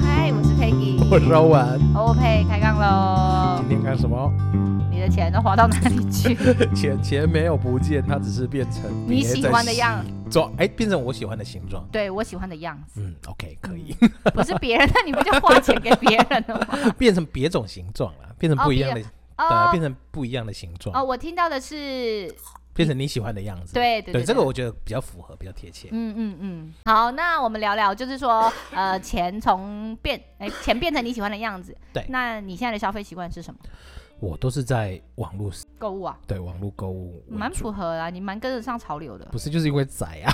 嗨，我是 Peggy，我是欧文，欧佩开杠喽今！天干什么？ 你的钱都花到哪里去？钱钱没有不见，它只是变成你喜欢的样样，状，哎，变成我喜欢的形状。对我喜欢的样子，嗯，OK，可以不是别人，那你不就花钱给别人了吗？变成别种形状了，变成哦不一样的， 对，啊哦变成不一样的形哦，状，我听到的是，变成你喜欢的样子。对对对，这个我觉得比较符合，比较贴切。嗯嗯嗯，好，那我们聊聊，就是 说，呃，钱从变，哎、钱变成你喜欢的样子。对那你现在的消费习惯是什么？我都是在网络，购物啊，对网络购物为蛮主，符合啊，你蛮跟得上潮 流的，不是就是因为宅 啊？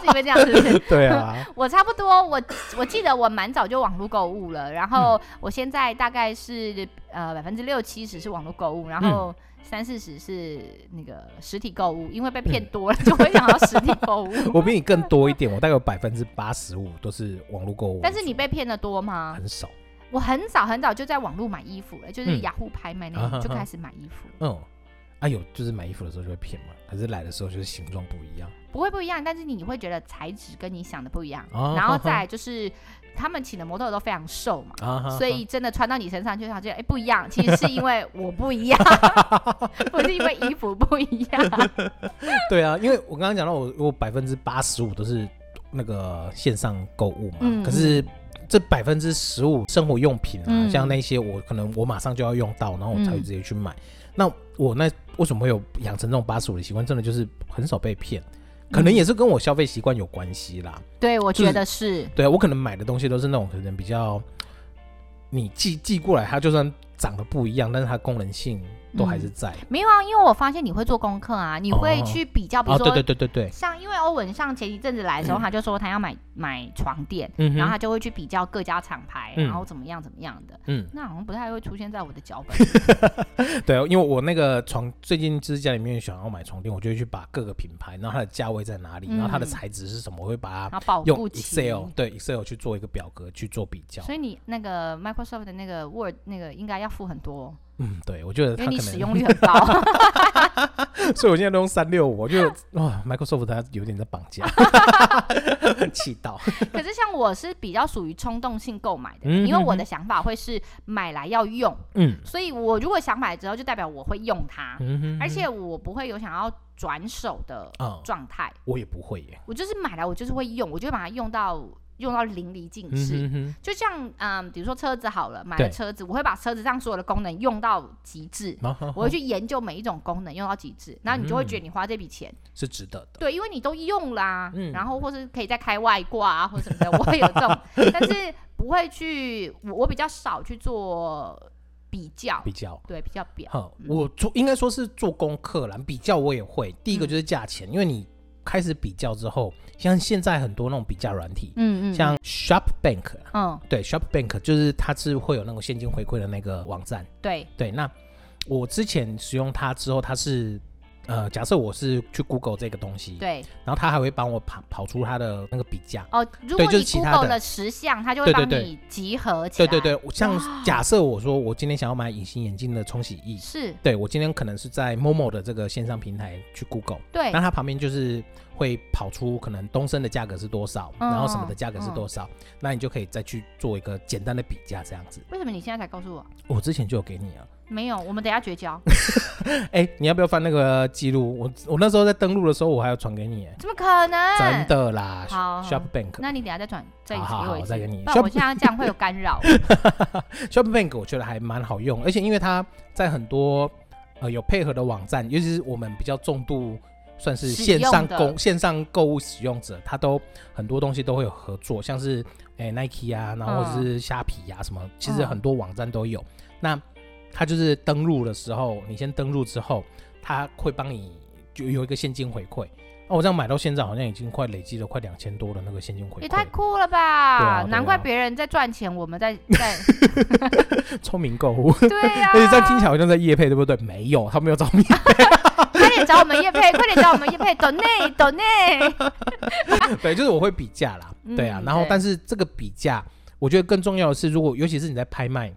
是因为这样是不是？对啊，我差不多，我我记得我蛮早就网络购物了，然嗯后我现在大概是呃百分之六七十是网络购物，然嗯后三四十是那个实体购物，因为被骗多了就会想要实体购物。 我比你更多一点，我大概有百分之八十五都是网络购物为主，但是你被骗的多吗？很少。我很早很早就在网络买衣服了，就是嗯雅虎拍卖那啊种哈就哈开始买衣服， 嗯，啊有，就是买衣服的时候就会骗嘛，可是来的时候就是形状不一样。不会不一样，但是你会觉得材质跟你想的不一样，哦然后哈哈再 来就是他们请的模特都非常瘦嘛，啊哈所以真的穿到你身上就想觉得哎不一样，其实是因为我不一样， 不是因为衣服不一样。 对啊，因为我刚刚讲到我我百分之八十五都是那个线上购物嘛，嗯可是这百分之十五生活用品啊，嗯像那些我可能我马上就要用到，然后我才会嗯直接去买。那我那为什么会有养成这种八十五的习惯？真的就是很少被骗。可嗯能也是跟我消费习惯有关系啦，对，我就觉是得是。对啊，我可能买的东西都是那种可能比较，你寄寄过来，它就算长得不一样，但是它功能性都还是在。没有啊，因为我发现你会做功课啊，你会哦去比较，比如哦，说、对对对对对，像因为欧文上前一阵子来的时候，他就说他要买买床垫，嗯然后哼，他就会去比较各家厂牌，嗯然后怎么样怎么样的。嗯，那好像不太会出现在我的脚本。 对，因为我那个床最近就是家里面想要买床垫，我就会去把各个品牌，然后它的价位在哪里，然后它的嗯哦材质是什么，我会把它然后保用护期。 Excel 对 Excel 去做一个表格去做比较。所以你那个 Microsoft 的那个 Word 那个应该要付很多哦，嗯，对，我觉得因它为可你使能，用率很高。 所以我现在都用三六五，我就哇，Microsoft 它有点在绑架， 气到。可是像我是比较属于冲动性购买的，嗯因为我嗯的想法会是买来要用，嗯所以我如果想买之后，就代表我会用它，嗯哼，而且我不会有想要转手的嗯，状态，我也不会耶。我就是买来我就是会用，我就会把它用到用到淋漓 尽嗯致。哼哼，就像嗯，比如说车子好了，买了对车子，我会把车子上所有的功能用到极致，然后哦我会去研究每一种功能用到极致，然后你就会嗯觉得你花这笔钱，是值得的。对，因为你都用啦，嗯然后或是可以再开外挂啊，或者什么的，我会有这 种，但是不会去，我我比较少去做比较，比较。嗯对，比较表，哈，我做应该说是做功课啦，比较我也会。第一个就是价钱，因为你开始比较之后，像现在很多那种比价软体，嗯嗯，像 Shop Bank，嗯，对 Shop Bank 就是它是会有那种现金回馈的那个网站。对，对，那我之前使用它之后，它是呃，假设我是去 Google 这个东西，对，然后它还会帮我跑跑出它的那个比价。哦，如果就是你其他的 Google 了十项，它就会对对帮对你集合起对来，对对，对，我像假设我说我今天想要买隐形眼镜的冲洗液，是，对我今天可能是在 Momo 的这个线上平台去 Google，对那，它旁边就是会跑出可能东升的价格是多少，嗯然后什么的价格是多少，那你就可以再去做一个简单的比价这样子。为什么你现在才告诉我？我之前就有给你啊，没有，我们等一下绝 交，哎、你要不要翻那个记录？我我那时候在登录的时候我还有传给你、哎怎么可能？真的啦好好，Shop Bank。那你等一下再转，再给好好好我一次，再给你不然我 Shop- 现在这样会有干扰。 Shop Bank 我觉得还蛮好用，而且因为它在很多呃有配合的网站，尤其是我们比较重度算是使线上用的购线上购物使用者，它都很多东西都会有合作，像是诶、Nike 啊，然后或者是虾皮啊什么，其实嗯很多网站都有。那它就是登录的时候，你先登录之后，它会帮你就有一个现金回馈。那、我这样买到现在好像已经快累积了快两千多的那个现金回也太馈，酷了对吧！啊对难怪啊别人在赚钱，我们在 在聪明购物。对啊呀、而且 这样听起来好像在夜配，对不对？没有，他没有找你，快点找我们叶佩，快点找我们叶佩，抖内抖内。对，就是我会比价啦，嗯对啊。然后对，但是这个比价，我觉得更重要的是，如果尤其是你在拍卖，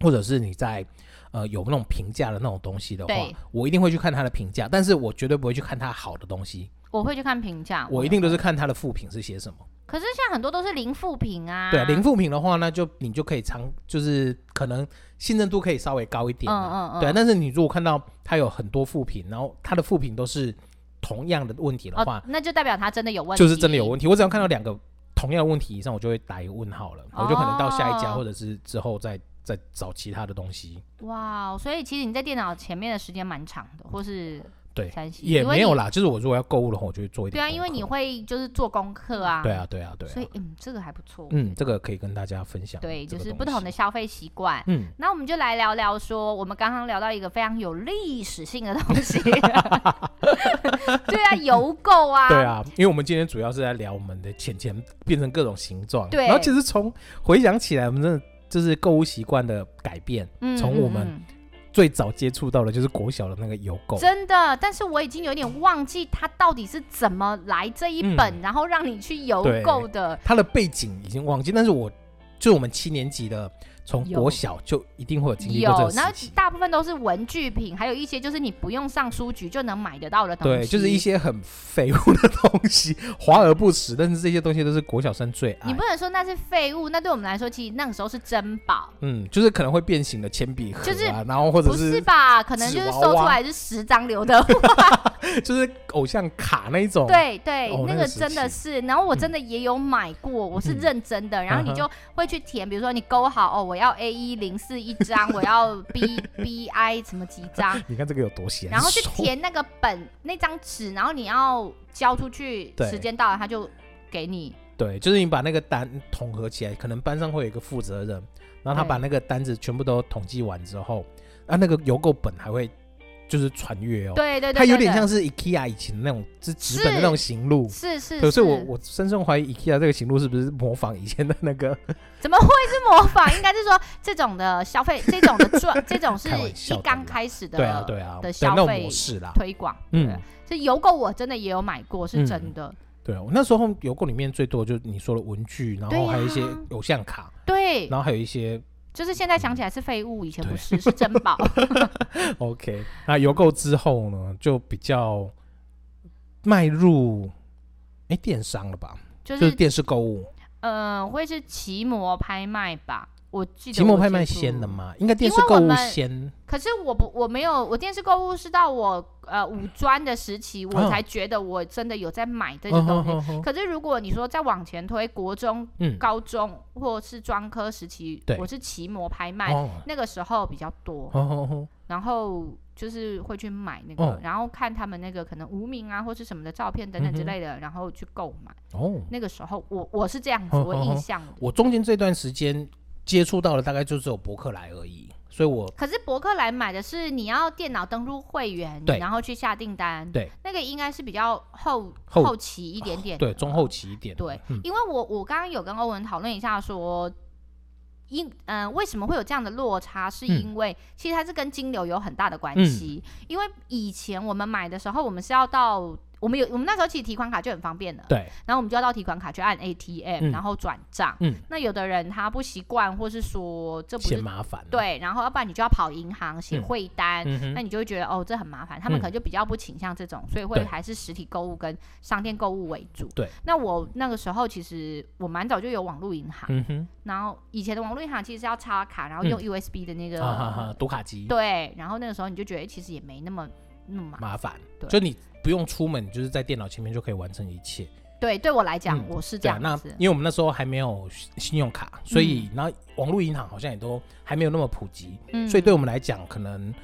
或者是你在呃有那种评价的那种东西的话对，我一定会去看它的评价，但是我绝对不会去看它好的东西。我会去看评价， 我一定都是看它的副评是写什么。可是现在很多都是零负评啊，对，零负评的话，那就你就可以常就是可能信任度可以稍微高一点嗯嗯啊、嗯对啊，但是你如果看到它有很多负评，然后它的负评都是同样的问题的话哦，，那就代表他真的有问题，啊就是真的有问题。我只要看到两个同样的问题以上，我就会打一个问号了，我就可能到下一家哦或者是之后再再找其他的东西。哇哦，所以其实你在电脑前面的时间蛮长的，或是对山西也因为没有你啦，就是我如果要购物的话，我就会做一对点啊，功课。因为你会就是做功课啊，对啊，对啊，对啊所以嗯，这个还不错，嗯，这个可以跟大家分享。对，这就个是东不同西的消费习惯。嗯。那我们就来聊聊说，我们刚刚聊到一个非常有历史性的东 西，对啊，邮购啊，对，啊，因为我们今天主要是在聊我们的钱钱变成各种形状，对然后其实从回想起来，我们真的就是购物习惯的改变，嗯从我们嗯最早接触到的就是国小的那个邮购嗯。真的，但是我已经有点忘记它到底是怎么来这一嗯本，然后让你去邮对购的。它的背景已经忘记，但是我就我们七年级的，从有国小就一定会有经历有过这个，然后时期。大部分都是文具品，还有一些就是你不用上书局就能买得到的东西。对，就是一些很废物的东西，华而不实，但是这些东西都是国小生最你爱不。能说那是废物，那对我们来说，其实那个时候是珍宝，嗯，就是可能会变形的铅笔盒啊，就是然后或者不是吧？可能就是收纸娃出娃来是十张刘德华，就是偶像卡那一种，对对，哦那那个个时嗯真的是。然后我真的也有买过，我是认真的。然后你就会去填，比如说你勾好哦，我要 A 一零四一张，我要 B B I 什么几 张，你看这个有多咸，然后去填那个本那张纸，然后你要交出去，对时间到了他就给你。 对，就是你把那个单统合起来，可能班上会有一个负责人，然后他对把那个单子全部都统计完之后，啊，那个邮购本还会就是传阅哦，对对对，它有对点对像是 IKEA 以前那种是纸本的那种行路。是是对，是，所以我我深深怀疑 IKEA 这个行路是不是模仿以前的那个？怎么会是模仿？应该是说这种的消费，这种的赚，这种是开玩笑一的刚啦开始的 对啊，对啊，的对消那种费模式啦。推广。嗯对，所以邮购我真的也有买过，是嗯真的。对啊，我那时候邮购里面最多就是你说的文具，然对后还有一些啊偶像卡，对，然后还有一些就是现在想起来是废物，以前不对是，是珍 宝。 OK，那邮购之后呢，就比较迈入哎、诶电商了吧，就就是是电视购物。呃，会是奇摩拍卖吧？我记得奇摩我拍卖接触先的？嘛，应该电因视为购我物们先。可是我不，我没有，我电视购物是到我呃五专的时期，我哦才觉得我真的有在买这些嗯东哼西。哼哼可是如果你说再往前推，国中、嗯，高中或是专科时期对，我是奇摩拍卖，哦，那个时候比较多，哦哦哦，然后就是会去买那个，哦然后看他们那个可能无名啊或是什么的照片等等之嗯哼类的，然后去购买。哦那个时候我我是这样子，哦我哦印哦象的。我中间这段时间接触到的大概就只有博客来而已，所以我可是博客来买的是你要电脑登录会员，对然后去下订单，对，那个应该是比较后后期一点点的，对中后期一点的。对嗯，因为我我刚刚有跟欧文讨论一下说，因嗯、为什么会有这样的落差，嗯是因为、其实它是跟金流有很大的关系。因为以前我们买的时候，我们是要到我们有我们那时候其实提款卡就很方便了，对，然后我们就要到提款卡去按 ATM，、嗯然后转账。嗯那有的人他不习惯，或是说这不嫌是麻烦。，对，然后要不然你就要跑银行写嗯汇单，嗯哼那，你就会觉得哦，这很麻烦，他们嗯可能就比较不倾向这种，所以会对还是实体购物跟商店购物为主。对，那我那个时候其实我蛮早就有网络银行，嗯哼，然后以前的网络银行其实是要插卡，然后用 USB 的那个，啊哈哈，读卡机，对，然后那个时候你就觉得诶其实也没那么那么麻麻烦对，就你不用出门，你就是在电脑前面就可以完成一切。对，对我来讲、嗯我是这对啊，样那子，因为我们那时候还没有信信用卡，所以、然后网络银行好像也都还没有那么普及，嗯所以对我们来讲，可能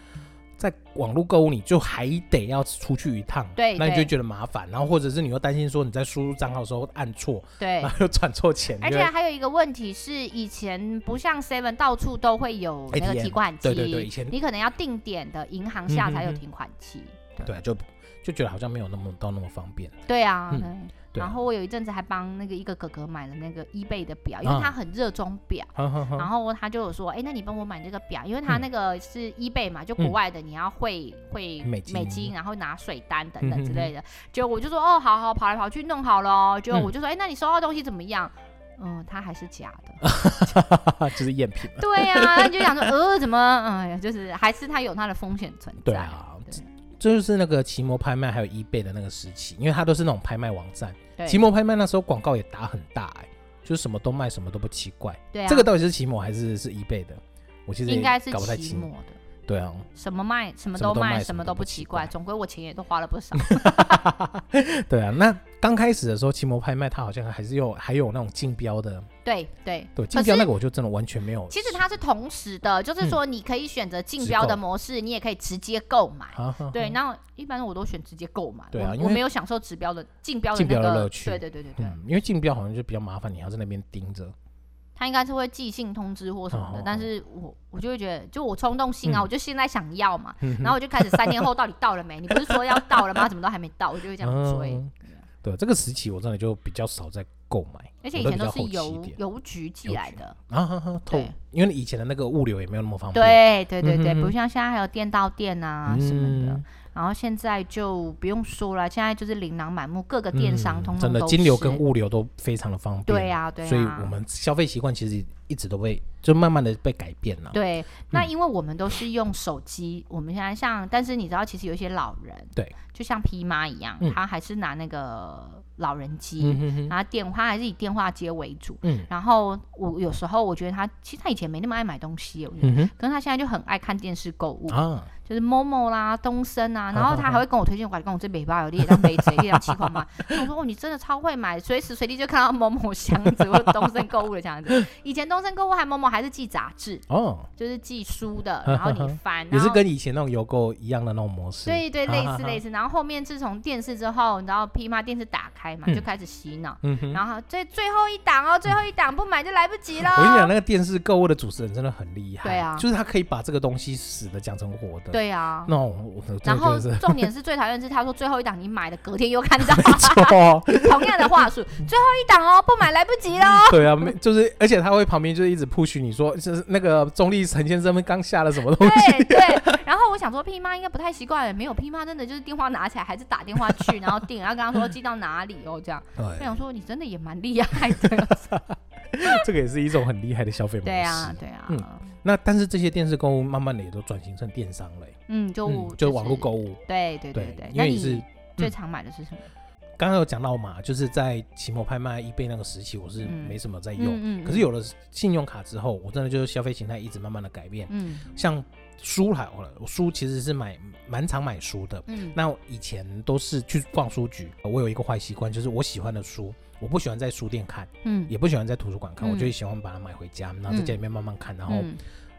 在网络购物你就还得要出去一趟，对那你就对觉得麻烦，然后或者是你又担心说你在输入账号的时候按错，对然。后又转错钱，而就且会还有一个问题是，以前不像 Seven 到处都会有那个 ATM 提款机，对对对以前你可能要定点的银行下才有嗯哼哼提款机。对，就就觉得好像没有那么到那么方便，对啊，嗯对对啊然后我有一阵子还帮那个一个哥哥买了那个 eBay 的表，因啊为他很热衷表。哼哼然哼，后他就有说，哎、那你帮我买这个表，因为他嗯那个是 eBay 嘛，就国外的，你要会会美金然后拿水单等嗯等哼之类的。结果我就说，哦，好好，跑来跑去弄好了。结果嗯我就说，哎、那你收到东西怎么样？嗯，他还是假 的。就是赝品了，嗯对呀、啊，那你就想说，呃，怎么，哎呀，就是还是他有他的风险存在。对啊对，这就是那个奇摩拍卖还有 eBay 的那个时期，因为它都是那种拍卖网站。对奇摩拍卖那时候广告也打很大、哎，就是什么都卖，什么都不奇怪。对啊，这个到底是奇摩还是是 eBay 的？我其实也应该是搞不太期清末楚。的。对啊，什么卖什么什么都都卖卖，什什么么都都不不奇奇怪怪。总归我钱也都花了不少。对啊。那刚开始的时候，奇摩拍卖它好像还是有还有那种竞标的，对对，对可竞标是那个我就真的完全没有。其实它是同时的，嗯就是说你可以选择竞直标的购模式，你也可以直接购买。啊，啊对，那一般我都选直接购买，对啊因我我为没有享受指标的竞标的竞那标的个乐趣对对对对对，嗯，因为竞标好像就比较麻烦，你还要在那边盯着。他应该是会寄信通知或什么哦哦的哦，但是我我就会觉得，就我冲动性啊，嗯我就现在想要嘛，嗯然后我就开始三天后到底到了 没？你不是说要到了吗？怎么都还没到？我就会这样追。嗯对，这个时期我真的就比较少在购买，而且以我比前较都是后期一邮点邮局寄邮来局的，啊哈哈，透对，因为以前的那个物流也没有那么方便。对对对对，嗯哼不哼像现在还有店到店啊什么的嗯。然后现在就不用说了，现在就是琳琅满目，各个电商嗯通真通的都金流是跟物流都非常的方便。对呀对啊所以呀我们消费习惯其实一直都被就慢慢的被改变了。对，那因为我们都是用手机，我们现在像，但是你知道，其实有一些老人，对，就像皮妈一样，嗯他还是拿那个老人嗯机，哼哼，然后电话还是以电话接为主。嗯然后我有时候我觉得他，其实他以前没那么爱买东西，我觉得，嗯可是他现在就很爱看电视购物，哼啊，就是 Momo 啦、东升啊，然好后好他还 会跟我推荐，我跟我这北巴有列当杯子，列当七块嘛。我说哦，你真的超会买，随时随地就看到 Momo 箱子或东升购物的箱子。以前东升购物还 Momo 还是寄杂志。哦，就是寄书的，然后你翻， 也然是后跟以前那种邮购一样的那种模式。对对类 似类似。似。然后后面自从电视之后，你知道披妈电视打开嘛，嗯就开始洗脑。嗯哼，然后最最后一档哦，最后一档不买就来不及了。我跟你讲，那个电视购物的主持人真的很厉害，对啊就是他可以把这个东西死的讲成活的。，对啊。那我我真的然觉后得是没重点是最讨厌的是他说最后一档你买的，隔天又看 到 错。同样的话术，最后一档哦，不买来不及 了哦。对啊，没就是，而且他会旁边就一直 push 你说，就是那个钟立陈先生刚下了什么东西，对哎对，然后我想说 P 妈应该不太习惯，没有 P 妈真的就是电话拿起来还是打电话去，然后订，然后跟他说寄到哪里哦这样。 我对，想说你真的也蛮厉害 的，这个也是一种很厉害的消费模式。对啊对啊。嗯那但是这些电视购物慢慢的也都转型成电商了、欸，嗯，就、嗯，是就网络购物。对对对对。因那为你是最嗯常买的是什么？刚刚有讲到嘛，就是在奇摩拍卖、易贝那个时期，我是嗯没什么在用。嗯嗯，可是哎有了信用卡之后，我真的就是消费形态一直慢慢的改变。嗯像书还好了，我书其实是买蛮常买书的。嗯那我以前都是去逛书局，呃我有一个坏习惯，就是我喜欢的书，我不喜欢在书店看，嗯也不喜欢在图书馆看，嗯我就喜欢把它买回家，然后在家里面慢慢看，然后嗯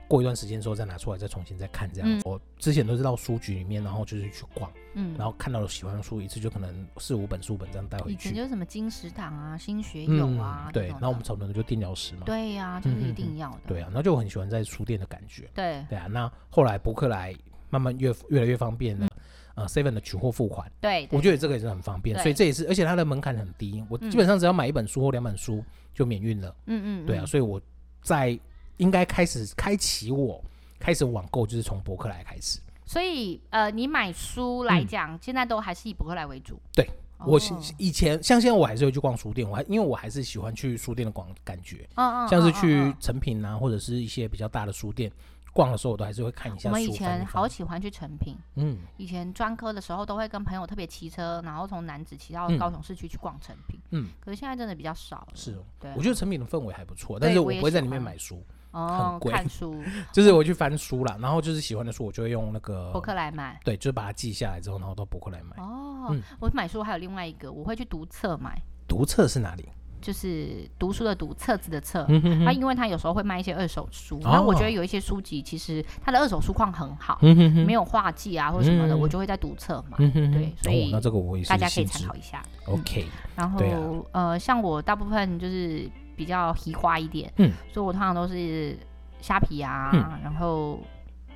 过一段时间之后再拿出来，再重新再看这样。嗯我之前都是到书局里面，然后就是去逛，嗯，然后看到有喜欢的书，一次就可能四五本书本这样带回以前去。嗯就是什么金石堂啊、新学友啊，对，那然种的后我们常常就电疗师嘛，对啊呀，这是嗯嗯一嗯定要的，对啊，然后就很喜欢在书店的感觉。对对啊，那后来博客来慢慢越越来越方便嗯了，呃，Seven 的取货付款，对，我对觉得这个也是很方便，对所以这也是，而且它的门槛很低，我基本上只要买一本书或两本书就免运了，嗯嗯对啊，，所以我在应该开始开启我开始网购就是从博客来开始，嗯所以呃，你买书来嗯讲，现在都还是以博客来为主，对哦，我是以前像现在我还是会去逛书店，我还因为我还是喜欢去书店的逛感觉，嗯嗯，像嗯是嗯去嗯成品啊或者是一些比较大的书店逛的时候，我都还是会看一我下们以书，翻前一好翻，喜欢去成品，嗯，以前专科的时候都会跟朋友特别骑车，然后从南子骑到嗯高雄市区去逛成品。嗯，可是现在真的比较少了。是哦对啊，我觉得成品的氛围还不错，但是我我也不会在喜里面欢买书，哦很，贵看 书就是我去翻书啦，然后就是喜欢的书，我就会用那个博客来买。对，就是把它记下来之后，然后到博客来买。哦，嗯我买书还有另外一个，我会去读册买，读册是哪里？就是读书的读，册子的册。嗯哼它、因为它有时候会卖一些二手书，哦然后我觉得有一些书籍其实它的二手书况很好，嗯哼哼没有画技啊或者什么的，嗯我就会在读册买。嗯哼哼对所以哦、那这个我也是大家可以兴参致考一嗯下。 OK，然后、对啊呃，像我大部分就是比较皮花一点，嗯，所以我通常都是虾皮啊，嗯然后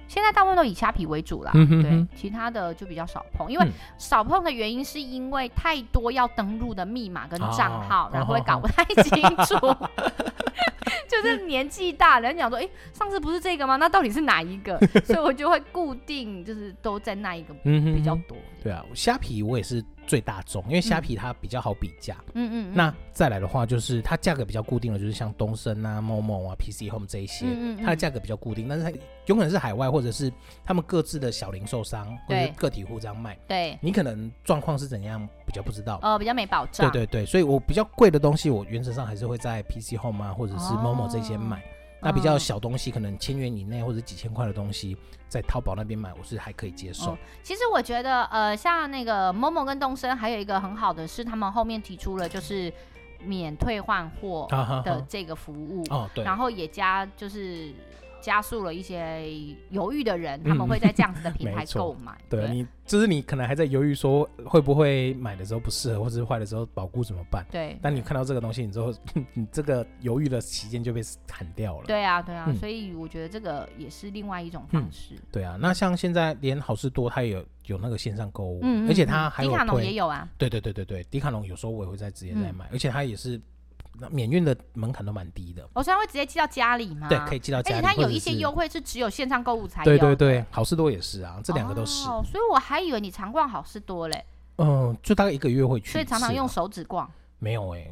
现在大部分都以虾皮为主啦，嗯哼对哼，其他的就比较少碰，因为嗯少碰的原因是因为太多要登录的密码跟账号，哦然后会搞不太清楚。 就是年纪大了，你想说，哎、上次不是这个吗？那到底是哪一个？所以我就会固定，就是都在那一个嗯哼比较哼多。对啊，虾皮我也是最大宗，因为虾皮它比较好比价。嗯嗯，那再来的话，就是它价格比较固定的，就是像东升啊、某某啊、PC Home 这一些，嗯嗯嗯它的价格比较固定，但是它有可能是海外或者是他们各自的小零售商或者是对个体户这样卖，对，你可能状况是怎样比较不知道。呃，比较没保对障。对对，所以我比较贵的东西，我原则上还是会在 PC Home 啊，或者是哦某某这些买。那比较哦小东西，可能千元以内或者几千块的东西，在淘宝那边买，我是还可以接受哦。其实我觉得，呃，像那个 Momo 跟东升，还有一个很好的是，他们后面提出了就是免退换货哈哈的啊哈。这个服务，哦，对，哦然后也加就是加速了一些犹豫的人，他们会在这样子的平嗯没台错购买。对啊你就是你可能还在犹豫说会不会买的时候不适合，或者是坏的时候保固怎么办？对但你看到这个东西，你之后 你这个犹豫的期间就被砍掉了。对啊对啊嗯，所以我觉得这个也是另外一种嗯方式。对啊，那像现在连好事多它也有有那个线上购物，嗯，嗯而且嗯它还迪有卡侬也推，有啊，对对对对对，迪卡侬有时候我也会在直接嗯在买，而且它也是那免运的门槛都蛮低的，哦我虽然会直接寄到家里嘛，对，可以，以寄到啊而家且里。它或有者一些是优惠是只有线上购物才有，对对，对，好事多也是啊，这两个都是，哦，所以我还以为你常逛好事多嘞，嗯，就大概一个月会去一次所啊，以常常用手指逛。没有哎、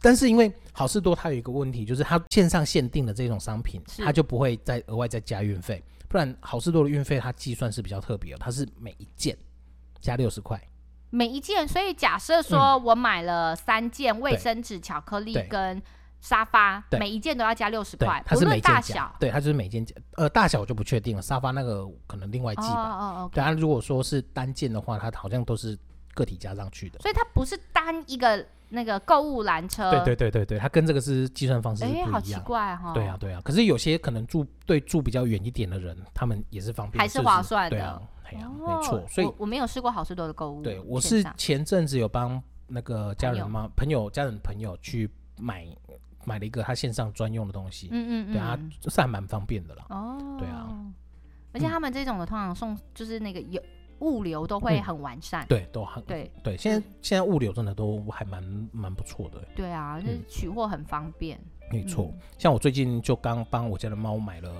但是因为好事多它有一个问题，就是它线上限定的这种商品，是它就不会再额外再加运费。不然好事多的运费它计算是比较特别的，哦它是每一件加六十块。每一件，所以假设说我买了三件卫生纸、巧克力嗯对跟沙发，对每一件都要加六十对块，，它不是每论大件加小。。对，它就是每件加。呃，大小我就不确定了，沙发那个可能另外哦计哦吧。哦对，OK。啊，如果说是单件的话，它好像都是个体加上去的。所以它不是单一个那个购物篮车。对对对对对，它跟这个是计算方式是哎，呃不好一奇样。怪哦哈。对啊，。对啊，可是有些可能住对住比较远一点的人，他们也是方便，还就是划算对的啊，哎呀、哦，没错，所以我我没有试过好事多的购物。对，我线是上前阵子有帮那个家朋人友嘛，朋友家人朋友去买买了一个他线上专用的东西，嗯嗯嗯，对啊，是还蛮方便的啦。哦，对啊。而且他们这种的通常送就是那个有物流都会嗯很完善。对，都很对对，现在现在物流真的都还蛮蛮不错的，对啊，就是嗯取货很方便。没错嗯。像我最近就刚帮我家的猫买了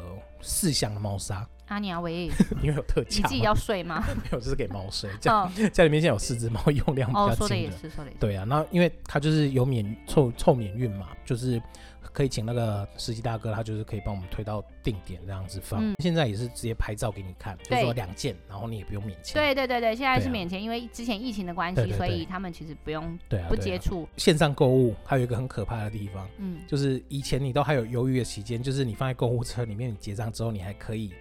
四箱的 猫砂，阿尼亚 维，因为有特你啊价自己嘛，要睡 吗？没有就是给猫 睡。家哦家里面现在有四只猫，用量比哦，较说的惊也人。是，说的也是。对啊，那因为他就是有免凑凑免运嘛，就是可以请那个司机大哥，他就是可以帮我们推到定点这样子放。嗯现在也是直接拍照给你看，就对说两件，然后你也不用免签。对对对对，现在对是啊免钱，因为之前疫情的关对系，对所对以他们其实不用对啊，不对啊接触。线上购物还有一个很可怕的地方，嗯，就是以前你都还有犹豫的期间，就是你放在购物车里面，你结账之后，你还可以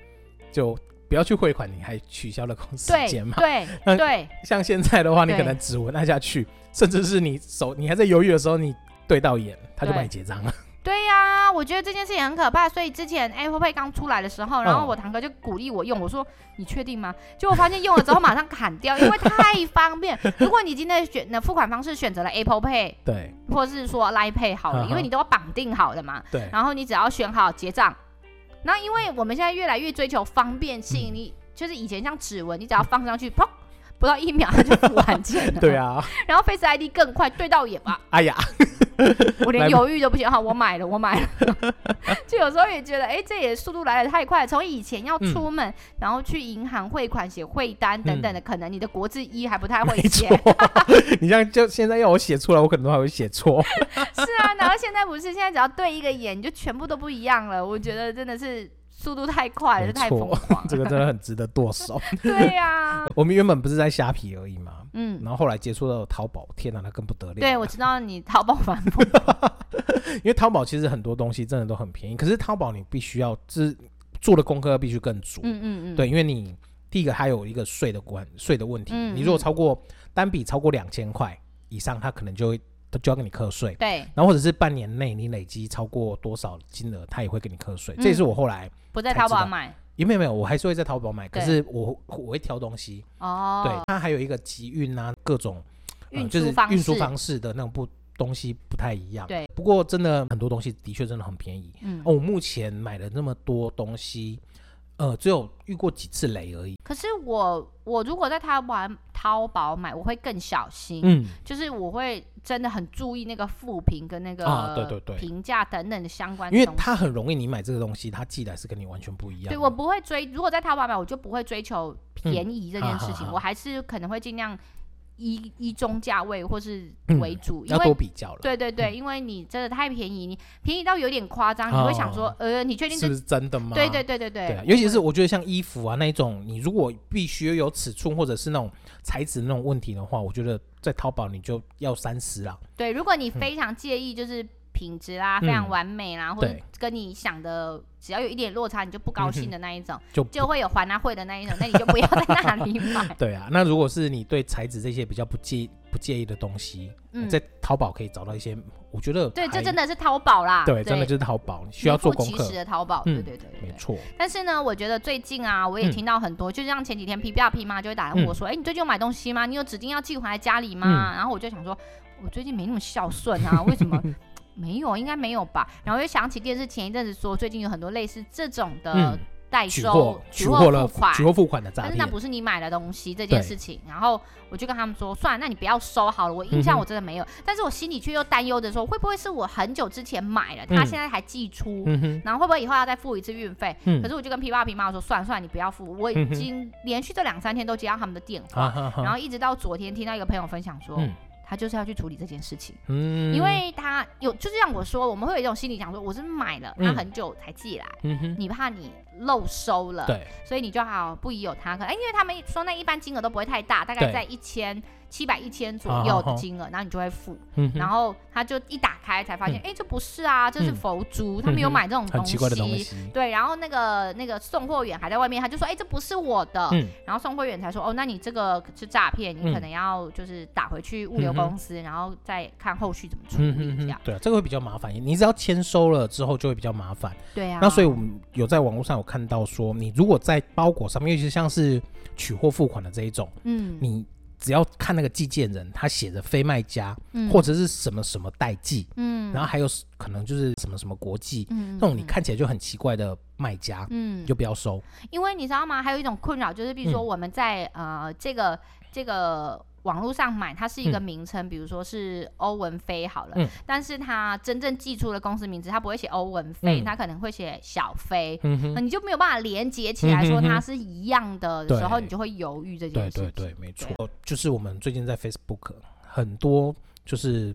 就不要去汇款，你还取消了公司对间嘛。 那对对，像现在的话，你对可能指纹按下去，甚至是你手你还在犹豫的时候，你对到眼，他就对帮你结账了。对呀、我觉得这件事情很可怕，所以之前 Apple Pay 刚出来的时候，然后嗯我堂哥就鼓励我用，我说你确定吗？结果发现用了之后马上砍掉，因为太方便。如果你今天选的付款方式选择了 Apple Pay 对或是说 Line Pay 好了，因嗯为哼你都要绑定好的嘛，对，然后你只要选好结账。那因为我们现在越来越追求方便性，嗯你就是以前像指纹，你只要放上去，砰，不到一秒它就付完钱了。 对。啊，然后 Face ID 更快，对到眼吧，哎呀， 我连来吧犹豫都不行哈，我买了，我买了。 就有时候也觉得，哎、这也速度来的太快。从以前要嗯出门，然后去银行汇款、写汇单等等的，可能你的国字一还不太会嗯没写错。， 你这样就现在要我写出来，我可能还会写错。 是啊，然后现在不是，现在只要对一个眼，你就全部都不一样了。我觉得真的是速度太快了，没这太疯错狂了。这个真的很值得剁 手。对呀、我们原本不是在虾皮而已嘛，嗯，然后后来接触到淘宝，天哪，那更不得了。对，我知道你淘宝反 复，因为淘宝其实很多东西真的都很便宜，可是淘宝你必须要就是做的功课必须更足。嗯嗯嗯，对，因为你第一个它有一个税的关税的问题，嗯你如果嗯超过单笔超过两千块以上，它可能就会就要给你课税。对，然后或者是半年内你累积超过多少金额，它也会给你课嗯税。这也是我后来不在才淘知宝道买也没有没有，我还是会在淘宝买，可对是我我会挑东西。对哦，，它还有一个集运啊，各种、嗯运啊嗯就输是方运输式方式的那种不东西不太一样。对，不过真的很多东西的确真的很便宜。嗯哦，我目前买了那么多东西，呃，只有遇过几次雷而已。可是我我如果在淘宝淘宝买，我会更小心，嗯，就是我会真的很注意那个负评跟那个啊对对对评价等等的相关因为东西。它很容易，你买这个东西，它寄来是跟你完全不一样的。啊对我不会嗯追，如果在淘宝买，我就不会追求便宜这件事情，啊啊啊我还是可能会尽量以以中价位或是嗯为主，因要多嗯为比较了，对对对，因为你真的太便宜，你便宜到有点夸张，你会想说哦，呃，你确定是这不？是真的吗？对对对对对对啊，尤其是我觉得像衣服啊那一种，你如果必须有尺寸或者是那种材质那种问题的话，我觉得在淘宝你就要三十啦。对，如果你非常介意就是品质啦，非常嗯完美啊啦，或者对跟你想的只要有一点落差，你就不高嗯哼兴的那一种，就。就会有还他会的那一种，那你就不要在那里买 对啊，那如果是你对材质这些比较不介不介意的东西，嗯，在淘宝可以找到一些，我觉得对，这真的的是淘宝啦，哎对，真的就是淘宝，你需要名副做功其课实，的淘宝，嗯对对对对没对。错。但是呢，我觉得最近啊，我也嗯听到很多，就像前几天 P B R P 妈就会打来问我说：“哎、你最近有买东西吗？你有指定要寄回来家里吗？”嗯然后我就想说，我最近没那么孝顺啊，为 什么？没有，应该没有吧。然后又想起电视前一阵子说，最近有很多类似这种的嗯代取收货、呃取取货付了款，取货付款的诈但是骗那，不是你买的东西这件对事情。然后我就跟他们说，算了，那你不要收好了。我印象嗯哼我真的没有，但是我心里却又担忧着说，会不会是我很久之前买了，他嗯现在还寄出，嗯哼，然后会不会以后要再付一次运费？嗯可是我就跟皮爸皮妈说，算了算了，你不要付。我已嗯哼经连续这两三天都接到他们的电话，啊哈然哈，后一直到昨天听到一个朋友分享说，嗯他就是要去处理这件事情。嗯因为他有，就是像我说，我们会有一种心理讲说，我是买了，他嗯很久才寄来，嗯哼，你怕你漏收了，对，所以你就好不疑有他。可能、哎因为他们说那一般金额都不会太大，大概对在一千七百一千左好右好的好金额，然后你就会付。嗯哼然后他就一打开才发现，哎、这不是啊，这是嗯佛珠，他们嗯有哼买这种很东奇西。怪的东西，嗯对，然后那个那个送货员还在外面，他就说：“哎、这不是我的。嗯然后送货员才说：“哦，那你这个是诈骗，你可嗯能要就是打回去物流嗯哼公司，然后再看后续怎么处嗯理。”哼这哼样，对啊，这个会比较麻烦，你只要签收了之后就会比较麻烦。对啊。那所以我们有在网络上有看到说，你如果在包裹上面，尤其是像是取货付款的这一种，嗯，你只要看那个寄件人，他写着非卖家嗯或者是什么什么代寄，嗯，然后还有可能就是什么什么国际嗯那种，你，看起来就很奇怪的卖家，嗯你就不要收。因为你知道吗？还有一种困扰就是，比如说嗯我们在、呃这个这个网络上买，它是一个名称，比如说是欧文飞好了，嗯但是它真正寄出的公司名字，它不会写欧文飞，嗯它可能会写小飞。嗯那哼，你就没有办法连接起来，说嗯哼它哼是一样的对时候，你就会犹豫这件对事情。对对，没错，就是我们最近在 Facebook 很多就是。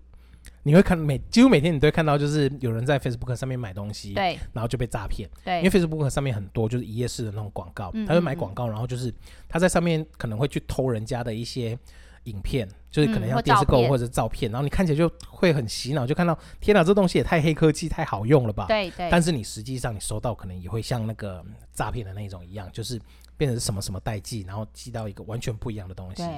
你会看每几乎每天你都会看到，就是有人在 Facebook 上面买东西，对然后就被诈骗。对因为 Facebook 上面很多就是一页式的那种广告嗯，他会嗯买嗯广告，然后就是他在上面可能会去偷人家的一些影片，就是可嗯能或像电视照购物片或者是照片，然后你看起来就会很洗脑，就看到天哪，这东西也太黑科技，太好用了吧？对对但是你实际上你收到可能也会像那个诈骗的那种一样，就是变成什么什么代寄，然后寄到一个完全不一样的东西。对，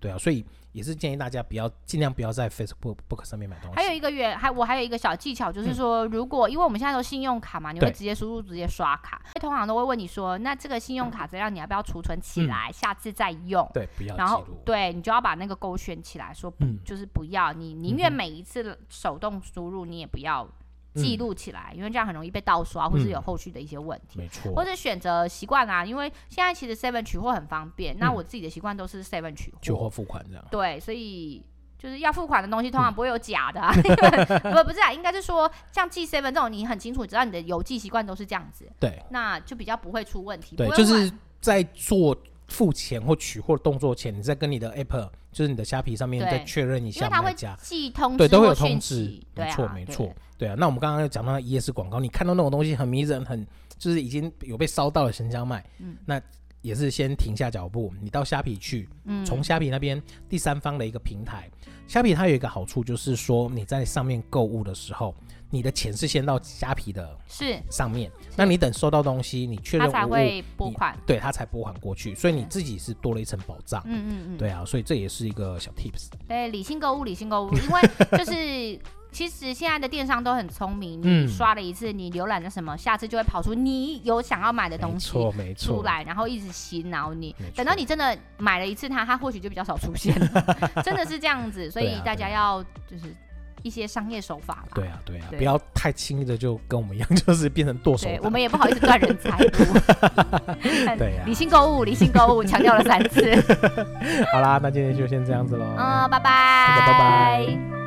对啊，所以也是建议大家不要尽量不要在 Facebook book 上面买东西。嗯还有一个原还我还有一个小技巧，就是说，如果因为我们现在都信用卡嘛，你会对直接输入直接刷卡，通常都会问你说，那这个信用卡资料你要不要储存嗯起来，下次再用？对，不要然后记录。对你就要把那个勾选起来，说不嗯就是不要，你宁愿每一次手动输入，你也不要记嗯录起来，因为这样很容易被盗刷，或是嗯有后续的一些问题。没错或。者选择习惯啦，因为现在其实 Seven 取货很方便。那嗯我自己的习惯都是 Seven 取货，取货付款这样。对，所以就是要付款的东西嗯通常不会有假的、啊， 因为不不是啊，应该是说像寄 Seven 这种，你很清楚知道你的邮寄习惯都是这样子，对，那就比较不会出问题。对不，会就是晚在做付钱或取货动作前，你再跟你的 App，就是你的虾皮上面对再确认一因为下它卖会家，寄通知对，都会有或讯通知息，对没啊，错没对错，对啊。那我们刚刚讲到一页式广告，你看到那种东西很迷人，很就是已经有被烧到了，很想买，嗯那。也是先停下脚步，你到虾皮去，嗯从虾皮那边第三方的一个平台，虾皮它有一个好处就是说你在上面购物的时候，你的钱是先到虾皮的是上面，那你等收到东西，你确它认才无误会拨款。对他才拨还过去，所以你自己是多了一层保障。啊嗯嗯嗯，对啊，所以这也是一个小 tips。对，理性购物，理性购物，因 为就是其实现在的电商都很聪明，你嗯刷了一次，你浏览了什么，下次就会跑出你有想要买的没东西错，没出错。来，然后一直洗脑你没。错等到你真的买了一次它，它或许就比较少出现 了，真的是这样子。所对以啊大家对要就是一些商业手法吧。对啊，对啊，对不要太轻易的就跟我们一样， 就是变成剁手对，党我们也不好意思断人财路。 对啊理性购物，理性购物， 强调了三次。好啦，那今天就先这样子喽。嗯，拜拜，啊好的拜拜。